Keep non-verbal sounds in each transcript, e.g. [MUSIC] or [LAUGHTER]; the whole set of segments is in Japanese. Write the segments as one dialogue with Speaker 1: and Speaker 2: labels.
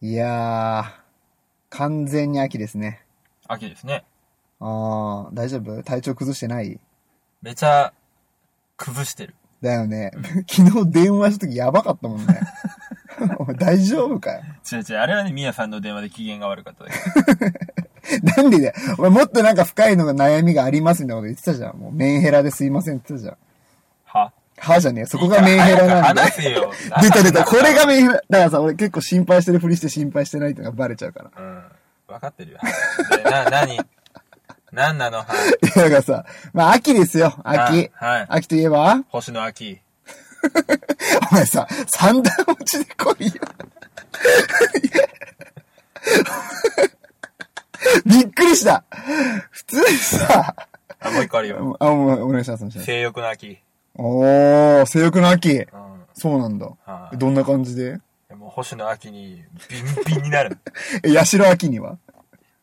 Speaker 1: いやー、完全に秋ですね。
Speaker 2: 秋ですね。
Speaker 1: あー、大丈夫体調崩してない
Speaker 2: めちゃ、崩してる。
Speaker 1: だよね。 [LAUGHS] 昨日電話した時やばかったもんね。 [LAUGHS] お前大丈夫かよ。
Speaker 2: 違う違う、あれはね、みやさんの電話で機嫌が悪かっただけ。
Speaker 1: なんでだよ。お前もっとなんか深いのが悩みがありますみたいなこと言ってたじゃん。もうメンヘラですいませんって言ってたじ
Speaker 2: [LAUGHS] は
Speaker 1: ゃん。はじゃねえよ。そこがメンヘラ [LAUGHS] なんだよ
Speaker 2: 話。せよ。
Speaker 1: 出た出た。これがメンヘラ。だからさ、俺結構心配してるふりして心配してないってのがバレちゃうから。
Speaker 2: うん。分かってるよ。でな、な [LAUGHS] に、なんなのはい
Speaker 1: いや、だからさ、まあ秋ですよ。秋。
Speaker 2: はいはい
Speaker 1: 秋といえば
Speaker 2: 星の秋。
Speaker 1: お前さ、三段落ちで来いよ。びっくりした。普通にさ、
Speaker 2: あ、もう一個あるよ。
Speaker 1: あ、もうお願いします。お願いします
Speaker 2: 性欲の秋。
Speaker 1: おー、性欲の秋。
Speaker 2: うん。
Speaker 1: そうなんだ
Speaker 2: は。い
Speaker 1: どんな感じで
Speaker 2: でもう星の秋に、ビンビンになる。
Speaker 1: え、八代秋には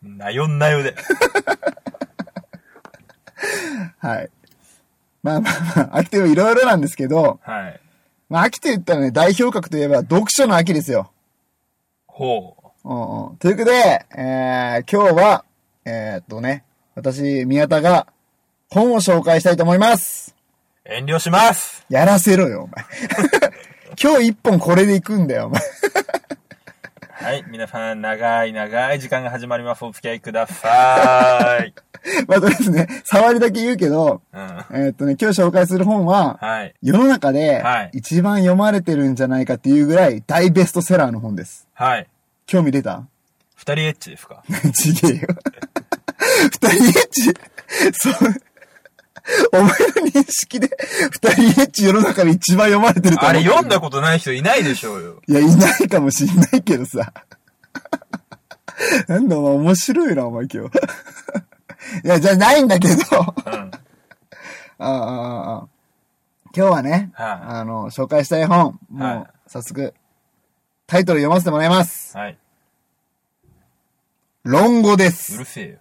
Speaker 2: なよなよで。
Speaker 1: はい。まあまあまあ、秋といえばいろいろなんですけど、
Speaker 2: はい。
Speaker 1: まあ秋と言ったらね、代表格といえば読書の秋ですよ。
Speaker 2: ほう。
Speaker 1: うんうん。ということで、えー、今日は、えー、っとね、私、宮田が本を紹介したいと思います。
Speaker 2: 遠慮します
Speaker 1: やらせろよ、お
Speaker 2: [LAUGHS]
Speaker 1: 前。今日一本これで行くんだよ、お前。 [LAUGHS]
Speaker 2: はい、皆さん、長い長い時間が始まります。お付き合いください。
Speaker 1: まあとりあえずね、触りだけ言うけど、
Speaker 2: うん。
Speaker 1: えー、っとね、今日紹介する本は、
Speaker 2: はい。
Speaker 1: 世の中で
Speaker 2: はい
Speaker 1: 一番読まれてるんじゃないかっていうぐらい大ベストセラーの本です。
Speaker 2: はい。
Speaker 1: 興味出た
Speaker 2: 二人エッチで
Speaker 1: [LAUGHS]
Speaker 2: すか
Speaker 1: ちげえよ。二人エッチ、そう、お前の認識で二人エッチ世の中で一番読まれてると思
Speaker 2: あ
Speaker 1: って
Speaker 2: れ
Speaker 1: る
Speaker 2: 読んだことない人いないでしょうよ。
Speaker 1: いや、いないかもしんないけどさ。なんだお前面白いな、お前今日。いや、じゃないんだけど。
Speaker 2: うん。は
Speaker 1: ああああ今日はね、
Speaker 2: はい
Speaker 1: あの、紹介したい本、もう、
Speaker 2: はい
Speaker 1: 早速、タイトル読ませてもらいます。
Speaker 2: い。
Speaker 1: 論語で
Speaker 2: う
Speaker 1: す。
Speaker 2: るせえよ。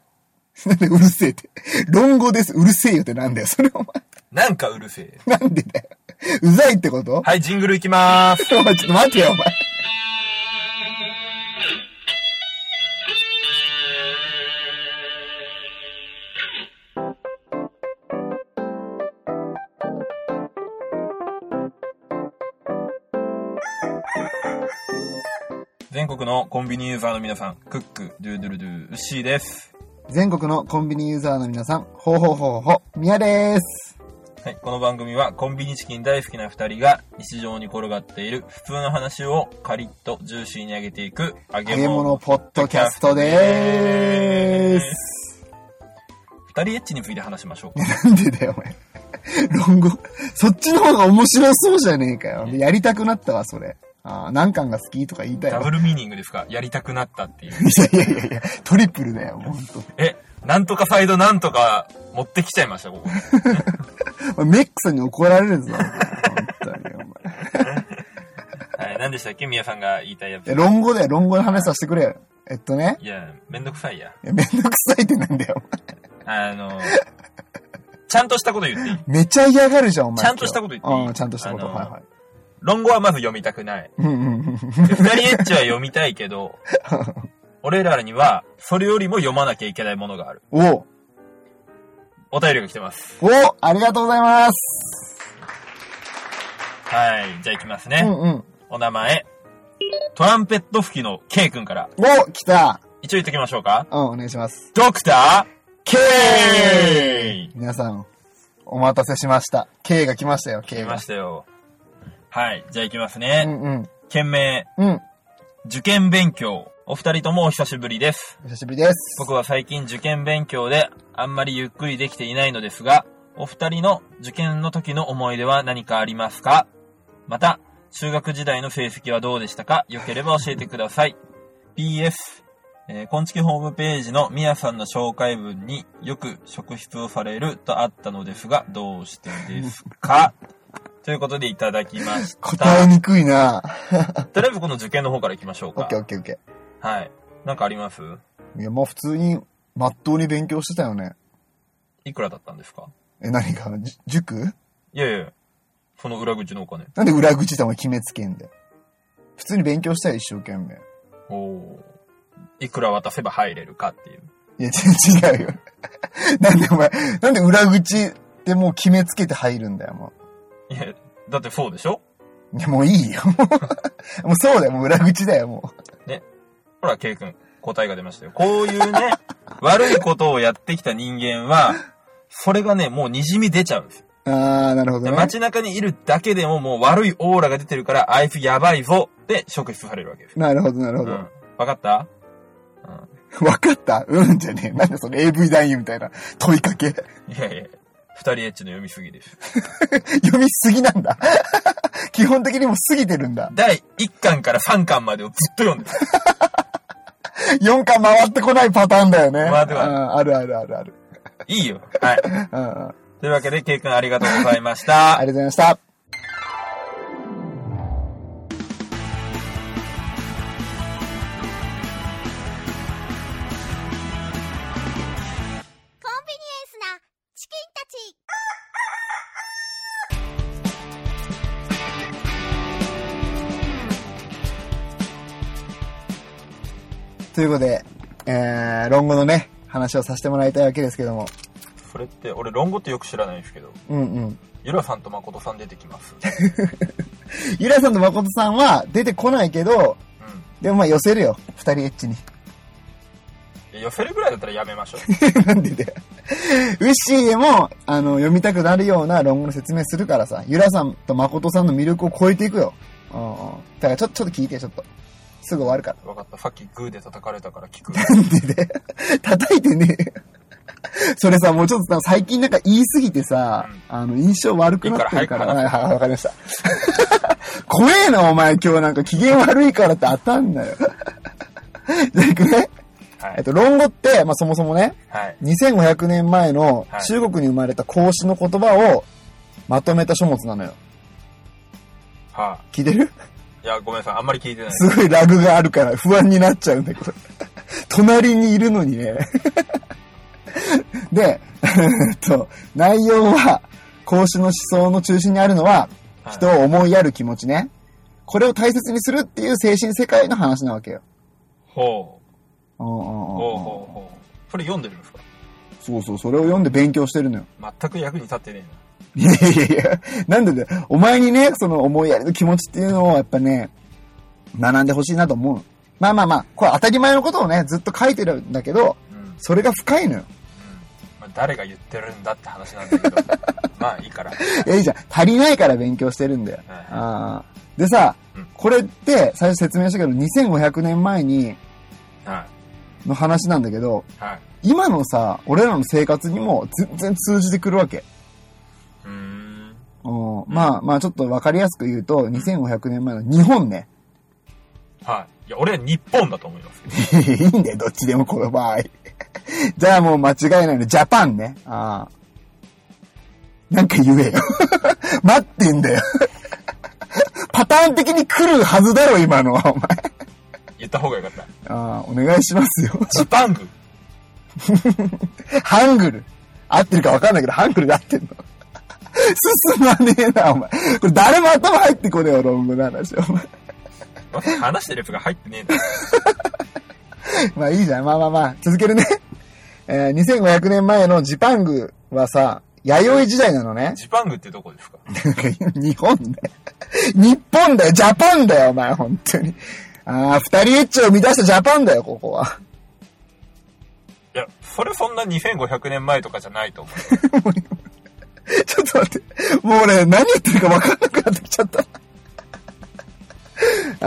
Speaker 1: なんでうるせえって。論語です。うるせえよってなんだよ。それお
Speaker 2: なんかうるせえよ。
Speaker 1: 前、 [LAUGHS] なんでだよ。うざいってこと、
Speaker 2: はい、ジングルいきまーす。
Speaker 1: お前ちょっと待ってよ、お前。
Speaker 2: 全国のコンビニユーザーの皆さん、クック、ドゥードゥルドゥ、ウッシーです。
Speaker 1: 全国のコンビニユーザーの皆さん、ほうほうほうほう、みやでーす。
Speaker 2: はい、この番組はコンビニチキン大好きな二人が日常に転がっている普通の話をカリッとジューシーに上げていく揚
Speaker 1: 揚
Speaker 2: げ
Speaker 1: げ
Speaker 2: 物
Speaker 1: 物ポッドキャストでーす。
Speaker 2: 二人エッチについて話しましょうか。
Speaker 1: なんでだよ、お前。論語。そっちの方が面白そうじゃねえかよ。でやりたくなったわ、それ。ああ、何巻が好きとか言いたい
Speaker 2: ダブ
Speaker 1: わ。
Speaker 2: ルミーニングですかやりたくなったっていう。
Speaker 1: いやいやいやいや、トリプルだよ、ほんと。
Speaker 2: え、なんとかサイドなんとか持ってきちゃいました、ここ。
Speaker 1: お前メックさんに怒られるぞ。ほんとに、お前。い
Speaker 2: はい、何でしたっけ宮さんが言いたいやつ。
Speaker 1: や、論語だよ、論語の話させてくれよ。えっとね。
Speaker 2: いや、めんどくさいや。
Speaker 1: いや、めんどくさいってなんだよ。
Speaker 2: あの、ちゃんとしたこと言っていい
Speaker 1: めちゃ嫌がるじゃん、お前。
Speaker 2: ちゃんとしたこと言っていい
Speaker 1: うん、ちゃんとしたこと。
Speaker 2: あの
Speaker 1: はいはい。
Speaker 2: 論語はまず読みたくない。
Speaker 1: うんうんうん。
Speaker 2: で二人エッチは読みたいけど、
Speaker 1: [LAUGHS]
Speaker 2: 俺らには、それよりも読まなきゃいけないものがある。
Speaker 1: お
Speaker 2: お便りが来てます。
Speaker 1: おありがとうございます。
Speaker 2: はい、じゃあ行きます
Speaker 1: う
Speaker 2: ね。
Speaker 1: んうん。
Speaker 2: お名前、トランペット吹きの K 君から。
Speaker 1: お来た。
Speaker 2: 一応言っときましょうか。
Speaker 1: うん、お願いします。
Speaker 2: ドクター K!
Speaker 1: K 皆さん、お待たせしました。K が来ましたよ、K
Speaker 2: 来ま
Speaker 1: が
Speaker 2: し。たよ。はい、じゃあ行きますね。
Speaker 1: うんうん。
Speaker 2: 件名、
Speaker 1: うん。
Speaker 2: 受験勉強。お二人ともお久しぶりです。
Speaker 1: お久しぶりです。
Speaker 2: 僕は最近受験勉強であんまりゆっくりできていないのですが、お二人の受験の時の思い出は何かありますかまた、中学時代の成績はどうでしたかよければ教えてください。PS、えー、昆虫ホームページのみやさんの紹介文によく職質をされるとあったのですが、どうしてですかということでいただきました。
Speaker 1: 答えにくいな
Speaker 2: とりあえずこの受験の方から行きましょう
Speaker 1: オッケーオ
Speaker 2: か。
Speaker 1: ッケーオッケ
Speaker 2: はい。なんかあります
Speaker 1: ー。いや、まあ普通に、まっとうに勉強してたよね。
Speaker 2: いくらだったんですか
Speaker 1: え、何か、じ塾
Speaker 2: いやいや、その裏口のお金。
Speaker 1: なんで裏口でお前決めつけんだよ。普通に勉強したよ、一生懸命。
Speaker 2: おおーいくら渡せば入れるかっていう。
Speaker 1: いや、違うよ。 [LAUGHS] なんでお前、なんで裏口でもう決めつけて入るんだよ、も
Speaker 2: いや、だってそうでしょ
Speaker 1: う。いや、もういいよ。 [LAUGHS] もうそうだよ、もう裏口だよ、も
Speaker 2: ほら、ケイ君、答えが出ましたよ。こう
Speaker 1: [LAUGHS]
Speaker 2: いうね、悪いことをやってきた人間は、それがね、もう滲み出ちゃうんですよ。
Speaker 1: う。あー、なるほど
Speaker 2: で
Speaker 1: ね。
Speaker 2: 街中にいるだけでももう悪いオーラが出てるから、あいつやばいぞで職質されるわけです。
Speaker 1: なるほど、なる
Speaker 2: う
Speaker 1: ほ
Speaker 2: ん。
Speaker 1: ど。
Speaker 2: わかった
Speaker 1: わかったうんじゃねえ。なんでその AV 男優みたいな問いかけ。
Speaker 2: いやいや、二人エッチの読みすぎです。
Speaker 1: 読みすぎなんだ。 [LAUGHS] 基本的にもう過ぎてるんだ。
Speaker 2: 第1巻から3巻までをずっと読んでる。
Speaker 1: 4巻回ってこないパターンだよね。
Speaker 2: 回ってこない
Speaker 1: うんあるあるあるある。
Speaker 2: いいよ。はい。
Speaker 1: うんうん
Speaker 2: [LAUGHS] というわけで、ケイ君ありがとうございました
Speaker 1: [LAUGHS] あ。りがとうございました。
Speaker 3: コンビニエンスなチキンたち
Speaker 1: ということで、えー、論語のね、話をさせてもらいたいわけですけども。
Speaker 2: それって、俺、論語ってよく知らないんですけど、
Speaker 1: うんうん。
Speaker 2: ゆらさんと誠さん出てき
Speaker 1: [LAUGHS]
Speaker 2: ます。
Speaker 1: ゆらさんと誠さんは出てこないけど、
Speaker 2: うん。
Speaker 1: でもまあ寄せるよ。二人エッチに。 [LAUGHS]
Speaker 2: いや寄せるぐらいだったらやめましょう。
Speaker 1: なんでだよ。ウッシーでも、あの、読みたくなるような論語の説明するからさ、ゆらさんと誠さんの魅力を超えていくよ。うんうん。だからちょ、ちょっと聞いて、ちょっと。すぐ終わるか
Speaker 2: 分かった。さっきグーで叩かれたから聞く。
Speaker 1: ら。なんでだよ。叩いてねえよ。それさ、もうちょっとさ最近なんか言いすぎてさ、あの、印象悪くなってるから。
Speaker 2: いいから
Speaker 1: はいはい、わかりました。 [LAUGHS] 怖えな、お前今日なんか機嫌悪いからって当たんなよ。じゃあ行くね。
Speaker 2: は
Speaker 1: えっ
Speaker 2: い。
Speaker 1: と、論語って、まあそもそもね、
Speaker 2: はい。
Speaker 1: 2500年前の
Speaker 2: はい
Speaker 1: 中国に生まれた孔子の言葉をまとめた書物なのよ。
Speaker 2: は
Speaker 1: 聞いてる
Speaker 2: い。いや、ごめんなさい。あんまり聞いてない。
Speaker 1: すごいラグがあるから不安になっちゃうんだけど。 [LAUGHS] 隣にいるのにね。 [LAUGHS] で、 [LAUGHS] えっと、内容は、孔子の思想の中心にあるのは、
Speaker 2: はい
Speaker 1: 人を思いやる気持ちね。これを大切にするっていう精神世界の話なわけよ。
Speaker 2: ほう。
Speaker 1: うんうん
Speaker 2: ほ
Speaker 1: うん
Speaker 2: う
Speaker 1: うん
Speaker 2: ほうほう。それ読んでるんですか
Speaker 1: そうそう、それを読んで勉強してるのよ。 [LAUGHS]
Speaker 2: 全く役に立ってね
Speaker 1: いやいやいや、なんでだよ。お前にね、その思いやりの気持ちっていうのをやっぱね、学んでほしいなと思うの。まあまあまあ、これ当たり前のことをね、ずっと書いてるんだけど、
Speaker 2: えな。うん。うん。
Speaker 1: それが深 [LAUGHS] いのよ。
Speaker 2: まあ、誰が言ってるんだって話なんだ
Speaker 1: [LAUGHS]
Speaker 2: けど。まあいいから。
Speaker 1: いやいいじゃん。足りないから勉強してるんだよ。
Speaker 2: はいはい
Speaker 1: あーでさ
Speaker 2: うん、
Speaker 1: これって最初説明したけど、2500年前に
Speaker 2: は
Speaker 1: の話なんだけど、
Speaker 2: い。はい。
Speaker 1: 今のさ、俺らの生活にも全然通じてくるわけ。
Speaker 2: うーん。
Speaker 1: うんまあまあちょっとわかりやすく言うと、2500年前の日本ね。
Speaker 2: はい。いや、俺は日本だと思いますけど。
Speaker 1: [LAUGHS] いいんだよ、どっちでもこの場合。 [LAUGHS] じゃあもう間違いないの。ジャパンね。ああ。なんか言えよ。 [LAUGHS] 待ってんだよ。 [LAUGHS] パターン的に来るはずだろ、今のは、お前。
Speaker 2: 言った方がよかった。
Speaker 1: ああ、お願いしますよ。 [LAUGHS]
Speaker 2: ジパング。
Speaker 1: ハングル。合ってるか分かんないけど、ハングルで合ってんの。 [LAUGHS] 進まねえな、お前。これ誰も頭入ってこねえよ、論文の話。お前。
Speaker 2: まさか話してるやつが入ってねえんだ。
Speaker 1: まあいいじゃん。まあまあまあ。続けるね。えー、2500年前のジパングはさ、弥生時代なのね。
Speaker 2: ジパングってどこですか
Speaker 1: なんか [LAUGHS] 日本だよ。日本だよ、ジャパンだよ、お前、本当に。ああ、二人エッチを生み出したジャパンだよ、ここは。 [LAUGHS]
Speaker 2: いや、それそんな2500年前とかじゃないと思う。
Speaker 1: ちょっと待って。もう俺、何言ってるか分かんなくなってきちゃった。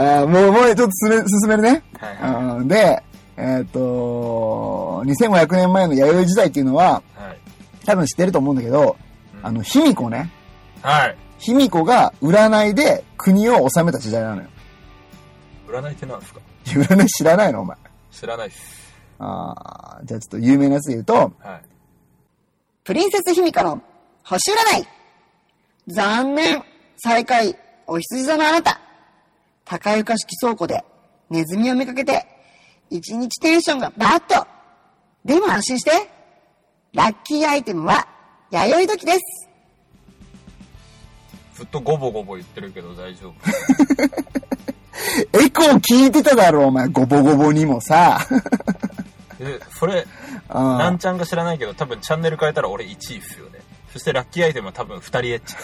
Speaker 1: [LAUGHS] ああ、もう、もう、ちょっと進め、進めるね。
Speaker 2: はいはい
Speaker 1: あーで、えーっ、と、2500年前の弥生時代っていうのは、
Speaker 2: はい。
Speaker 1: 多分知ってると思うんだけど、
Speaker 2: うん
Speaker 1: あの、卑弥呼ね。
Speaker 2: はい。
Speaker 1: 卑弥呼が占いで国を治めた時代なのよ。 [LAUGHS]
Speaker 2: 占い手なんですか
Speaker 1: 占い知らないの、お前。
Speaker 2: 知らないっす。
Speaker 1: あーじゃあちょっと有名なやつで言うと、
Speaker 2: はい。
Speaker 4: プリンセスヒミコの星占い残念最下位、お羊座のあなた高床式倉庫でネズミを見かけて一日テンションがバーッとでも安心してラッキーアイテムは弥生時です
Speaker 2: ずっとゴボゴボ言ってるけど大丈夫。
Speaker 1: エコー聞いてただろ、お前。ごぼごぼにもさ。 [LAUGHS]
Speaker 2: えそれ、
Speaker 1: うん
Speaker 2: なんちゃんか知らないけど、多分チャンネル変えたら俺1位っすよね。そしてラッキーアイテムは多分2人エッチ。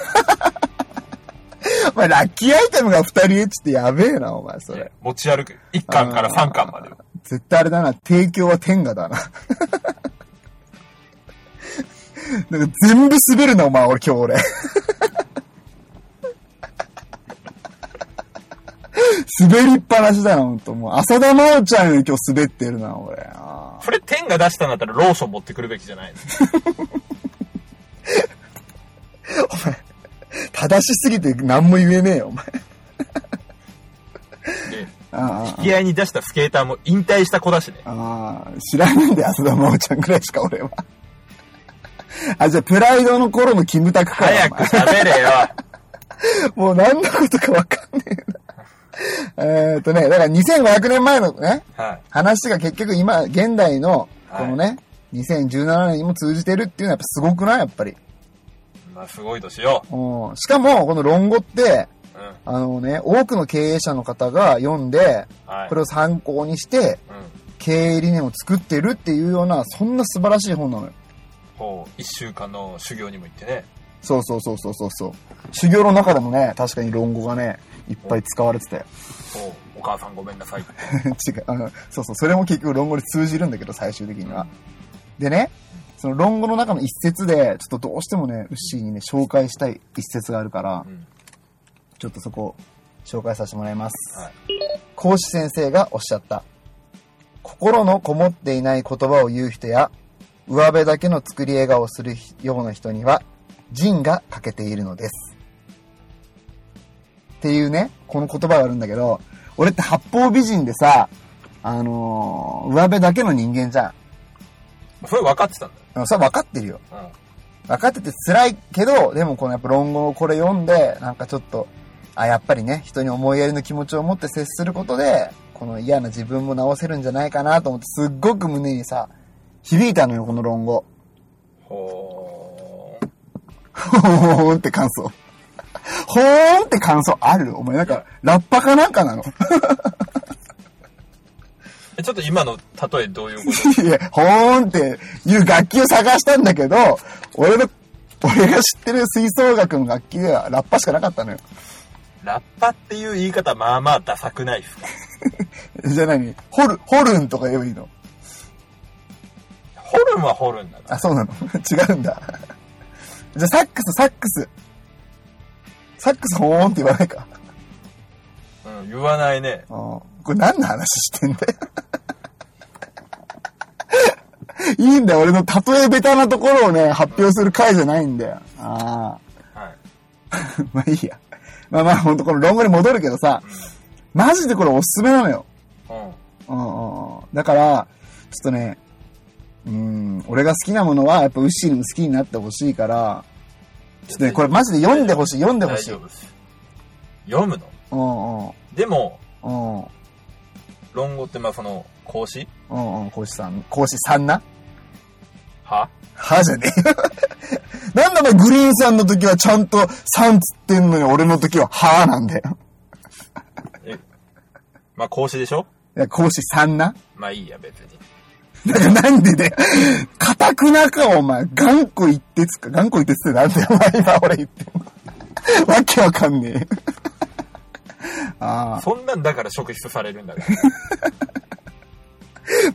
Speaker 1: お前、ラッキーアイテムが二人エッチってやべえな、お前、それ。
Speaker 2: 持ち歩く。1巻から3巻まで。
Speaker 1: 絶対あれだな、提供は天下だな。 [LAUGHS] なんか全部滑るな、お前、俺、今日俺。 [LAUGHS] 滑りっぱなしだな、ほんと。もう、浅田真央ちゃんより今日滑ってるな、俺。あ
Speaker 2: これ天が出したんだったらローション持ってくるべきじゃない
Speaker 1: [LAUGHS] ー正しすぎて何も言えねえよ、お前。
Speaker 2: で、
Speaker 1: あー
Speaker 2: 引き合いに出したスケーターも引退した子だしね。
Speaker 1: ああ、知らないんで、浅田真央ちゃんくらいしか、俺は。 [LAUGHS] あ、じゃあ、プライドの頃のキムタクか。
Speaker 2: 早
Speaker 1: お
Speaker 2: く
Speaker 1: 前
Speaker 2: 喋れよ。
Speaker 1: [LAUGHS] もう何のことかわかんねえな。えーっとね、だから2500年前のね、
Speaker 2: はい。
Speaker 1: 話が結局今、現代の、
Speaker 2: は
Speaker 1: こ
Speaker 2: い
Speaker 1: のね、2017年にも通じてるっていうのはやっぱすごくないやっぱり。
Speaker 2: まあ、すごいとしよ
Speaker 1: うんしかも、この論語って、
Speaker 2: う。うん。
Speaker 1: あのね、多くの経営者の方が読んで、
Speaker 2: はい。
Speaker 1: これを参考にして、
Speaker 2: うん。
Speaker 1: 経営理念を作ってるっていうような、そんな素晴らしい本なのよ。
Speaker 2: ほう、一週間の修行にも行ってね。
Speaker 1: そうそうそうそうそうそう。修行の中でもね、確かに論語がね、いっぱい使われてた [LAUGHS] よ。
Speaker 2: ほう、お母さんごめんなさい。
Speaker 1: 違う、あの、そうそう、それも結局論語で通じるんだけど、最終的には。でね、その論語の中の一節で、ちょっとどうしてもね、ウッシーにね、紹介したい一節があるから
Speaker 2: う、ん。
Speaker 1: ちょっとそこ、紹介させてもらいます。
Speaker 2: はい。
Speaker 1: 孔子先生がおっしゃった。心のこもっていない言葉を言う人や、上辺だけの作り笑顔をするような人には、仁が欠けているのです。っていうね、この言葉があるんだけど、俺って八方美人でさ、あのー上辺だけの人間じゃん
Speaker 2: それ分かってたん
Speaker 1: あの。それは分かってるよ。
Speaker 2: だよ。
Speaker 1: 分かってて辛いけど、でもこのやっぱ論語をこれ読んで、なんかちょっと、あ、やっぱりね、人に思いやりの気持ちを持って接することで、この嫌な自分も直せるんじゃないかなと思って、すっごく胸にさ、響いたのよ、この論語。
Speaker 2: うん。ほ
Speaker 1: ほーんって感想。ほーんって感想あるお前なんか、ラッパかなんかなの
Speaker 2: う。えちょっと今の例えどういう
Speaker 1: [LAUGHS]
Speaker 2: こ
Speaker 1: いや、ほーんっていう楽器を探したんだけど、俺の、俺が知ってる吹奏楽の楽器ではラッパしかなかったのよ。
Speaker 2: とラッパっていう言い方まあまあダサくないっすか
Speaker 1: じゃあ何ホル、ホルンとか言えばいいの
Speaker 2: ホルンはホルンだな。
Speaker 1: あ、そうなの [LAUGHS] 違うんだ。じゃあ、サックス、サックス。サックス、ほーんって言わないか。
Speaker 2: うん、言わないね。
Speaker 1: うんこれ何の話してんだよ。 [LAUGHS] いいんだよ、俺の例えベタなところをね、発表する回じゃないんだよ。あ
Speaker 2: はい。
Speaker 1: あ。 [LAUGHS] まあいいや。まあまあ、ほんとこの論語に戻るけどさ、マジでこれおすすめなのよ。
Speaker 2: うん。
Speaker 1: うんうんうんだから、ちょっとね、うん、俺が好きなものは、やっぱウッシーにも好きになってほしいから、ちょっとね、これマジで読んでほしい、読んでほしい。
Speaker 2: 大
Speaker 1: うん
Speaker 2: 丈夫っす読むの
Speaker 1: うん、うん
Speaker 2: でも、
Speaker 1: うん、
Speaker 2: 論語ってまあその、孔子
Speaker 1: うん、うん、講師さん、講師さんな
Speaker 2: は
Speaker 1: はじゃねえよ。なんだお前グリーンさんの時はちゃんとさんつってんのに、俺の時ははーなんだよ。
Speaker 2: え、まあ孔子でしょ
Speaker 1: いや、講師さんな
Speaker 2: まあいいや、別に。
Speaker 1: なんかなんでだよ。かたくなか、お前。頑固言ってつか、頑固言ってつってなんだよ、お前今俺言ってんの。わけわかんねえ。あ
Speaker 2: そんなんだから職質されるんだから。
Speaker 1: あ、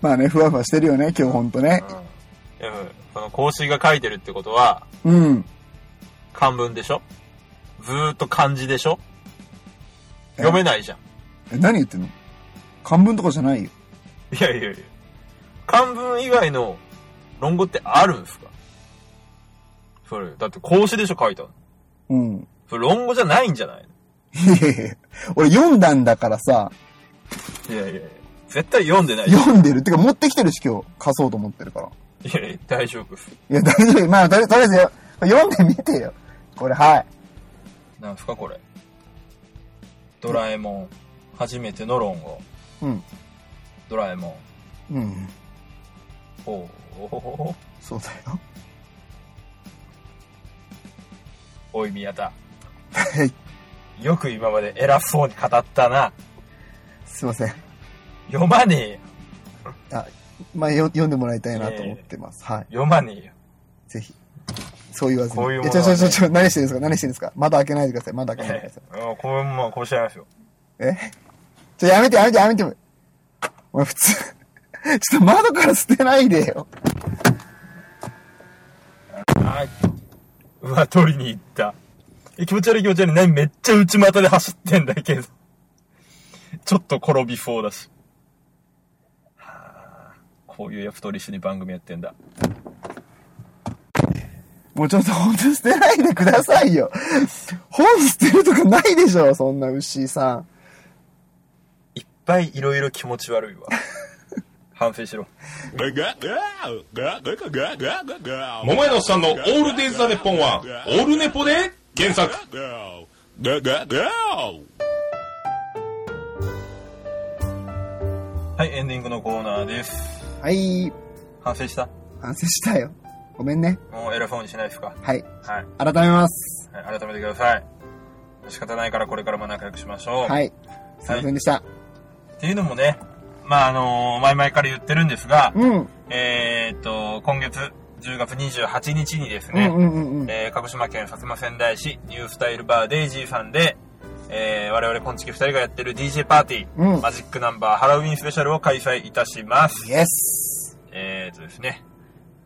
Speaker 1: まあね、ふわふわしてるよね、今日ほんとね。
Speaker 2: [LAUGHS] うん。うんその孔子が書いてるってことは、
Speaker 1: うん。
Speaker 2: 漢文でしょずーっと漢字でしょ読めないじゃん。
Speaker 1: え、何言ってんの漢文とかじゃないよ。
Speaker 2: いやいやいや。漢文以外の論語ってあるんすかそれ、だって孔子でしょ書いたの。
Speaker 1: うん。
Speaker 2: それ論語じゃないんじゃない
Speaker 1: いやいやいや俺読んだんだからさ、
Speaker 2: のいやいやいや。絶対読んでない。いや
Speaker 1: 読んでる。てか持ってきてるし、今日。貸そうと思ってるから。
Speaker 2: いや、大丈夫っす。
Speaker 1: いや、大丈夫。まあ、とりあえずよ、読んでみてよ。これ、はい。
Speaker 2: なんすかこれ。ドラえもん、初めての論語。
Speaker 1: うん。
Speaker 2: ドラえもん。
Speaker 1: うん。
Speaker 2: ほう、おほほほ
Speaker 1: そうだよ。
Speaker 2: おい宮田。
Speaker 1: はい。
Speaker 2: よく今まで偉そうに語ったな。
Speaker 1: すいません。
Speaker 2: 読まねえよ。
Speaker 1: あ、まあ、よ読んでもらいたいなと思ってます。はい。
Speaker 2: 読まねえよ。
Speaker 1: ぜひ。そう言わずに。
Speaker 2: こういう
Speaker 1: え
Speaker 2: もの
Speaker 1: ち
Speaker 2: は
Speaker 1: ょ
Speaker 2: ね
Speaker 1: ちょちょちょ、何してるんですか何してるんですかまだ開けないでください。まだ開けないでください。
Speaker 2: うんこれも、こうしちゃいますよ。
Speaker 1: えちょ、やめてやめてやめて。お前普通、ちょっと窓から捨てないでよ。
Speaker 2: あうわ、取りに行った。え、気持ち悪い気持ち悪い。何めっちゃ内股で走ってんだけど。ちょっと転びそうだし。はあ、こういうやつと一緒に番組やってんだ。
Speaker 1: もうちょっと本当捨てないでくださいよ。本捨てるとかないでしょ、そんな牛井さん。
Speaker 2: いっぱいいろいろ気持ち悪いわ。反省しろ。
Speaker 5: 桃屋のおっさんのオールデイズ・ザ・ネッポンは、オールネポで原作。
Speaker 2: はい、エンディングのコーナーです。
Speaker 1: はい、
Speaker 2: 反省した
Speaker 1: 反省したよ。ごめんね。
Speaker 2: もう偉そうにしないですか
Speaker 1: はい、
Speaker 2: はい。
Speaker 1: 改めます。
Speaker 2: はい改めてください。仕方ないからこれからも仲良くしましょう。
Speaker 1: はい、すいませんでした。
Speaker 2: っていうのもね、まあ、あのー前々から言ってるんですが、
Speaker 1: うん、
Speaker 2: えーっと、今月10月28日にです
Speaker 1: う
Speaker 2: ね、
Speaker 1: んうんうんうん。
Speaker 2: えー鹿児島県薩摩仙台市ニュースタイルバーデイジーさんで、えー我々ポンチキ2人がやってる DJ パーティー、
Speaker 1: うん
Speaker 2: マジックナンバーハロウィンスペシャルを開催いたします。
Speaker 1: イエス。
Speaker 2: えーっとですね、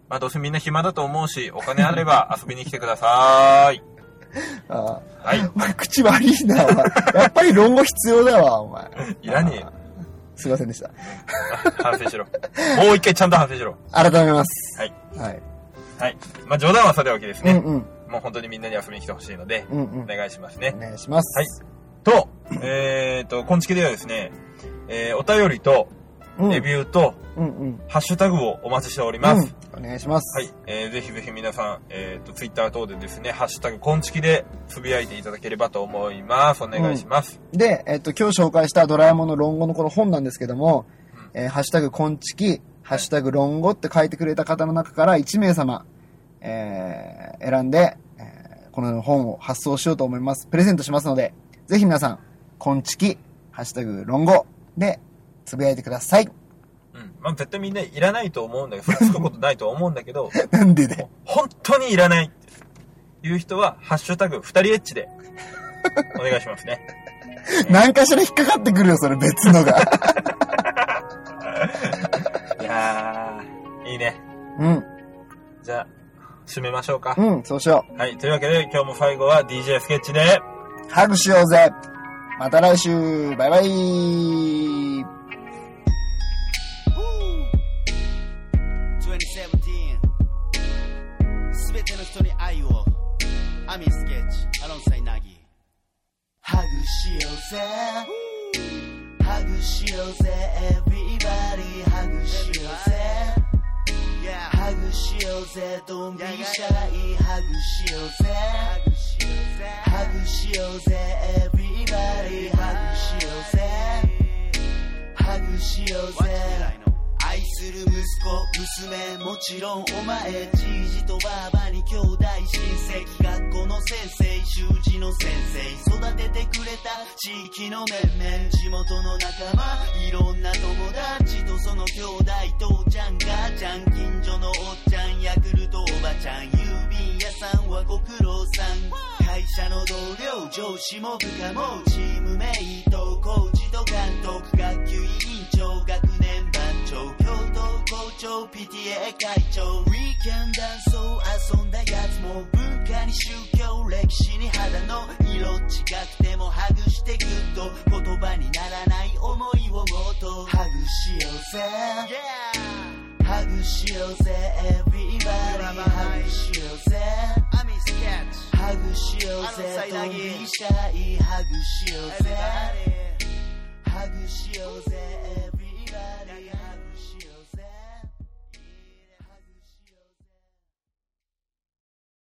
Speaker 2: まあ、どうせみんな暇だと思うし、お金あれば遊びに来てください。
Speaker 1: あー
Speaker 2: はい。
Speaker 1: お前口悪いな、お前。やっぱり論語必要だわ、お前。
Speaker 2: いらねえよ。
Speaker 1: すいませんでした。[LAUGHS]
Speaker 2: 反省しろ。もう一回ちゃんと反省しろ。
Speaker 1: 改めます。
Speaker 2: はい。
Speaker 1: はい。
Speaker 2: はい。まあ、冗談はさておきです
Speaker 1: う
Speaker 2: ね。
Speaker 1: んうん。
Speaker 2: もう本当にみんなに遊びに来てほしいので、
Speaker 1: うんう
Speaker 2: お
Speaker 1: ん。
Speaker 2: 願いしますね
Speaker 1: お。願いします。
Speaker 2: はい。と、えっ、ー、と、こんちきではですね、えー、お便りと、
Speaker 1: うん。
Speaker 2: レビューと、
Speaker 1: うんうん。
Speaker 2: ハッシュタグをお待ちしております。
Speaker 1: うん。お願いします。
Speaker 2: はい。えー、ぜひぜひ皆さん、えっ、と、ツイッター等でですね、ハッシュタグ、こんちきでつぶやいていただければと思います。お願いします。
Speaker 1: で、えっと、今日紹介したドラえもんの論語のこの本なんですけども、えーハッシュタグ、こんちき、ハッシュタグ、論語って書いてくれた方の中から1名様、えー選んで、えーこの本を発送しようと思います。プレゼントしますので、ぜひ皆さん、こんちき、ハッシュタグ、論語で、つぶやいてください。
Speaker 2: うん。まあ、絶対みんないらないと思
Speaker 1: [LAUGHS]
Speaker 2: うんだけど、それつくことないと思うんだけど、
Speaker 1: なんでで、
Speaker 2: 本当にいらないっていう人は、ハッシュタグ、二人エッチで、お願いしますね。
Speaker 1: 何かしら引っかかってくるよ、それ別のが。
Speaker 2: いやー、いいね。
Speaker 1: うん、
Speaker 2: じゃあ、締めましょうか。
Speaker 1: うん、そうしよ
Speaker 2: はい、というわけで今日も最後は DJ スケッチで、
Speaker 1: う。ハグしようぜ。また来週、バイバイ。
Speaker 6: 2017すべての人に愛をアミスケッチアロンサイナギハグしようぜハグしようぜ eh? Everybody eh? ハグしようぜハグしようぜドンビシャイハグしようぜハグしようぜ eh? Everybody eh? ハグしようぜハグしようぜ愛する息子娘もちろんお前じいじとばあばに兄弟親戚学校の先生習字の先生育ててくれた地域の面々地元の仲間いろんな友達とその兄弟父ちゃん母ちゃん近所のおっちゃんヤクルトおばちゃん郵便屋さんはご苦労さん会社の同僚上司も部下もチームメイトコーチと監督学級委員長学年番長教頭校長 PTA 会長ウィーケンダンスを遊んだやつも文化に宗教歴史に肌の色違くてもハグしてグッと言葉にならない思いをもっとハグしようぜ、ハグしようぜ Everybody ハグしようぜハグしようぜ飛びしたいハグしようぜ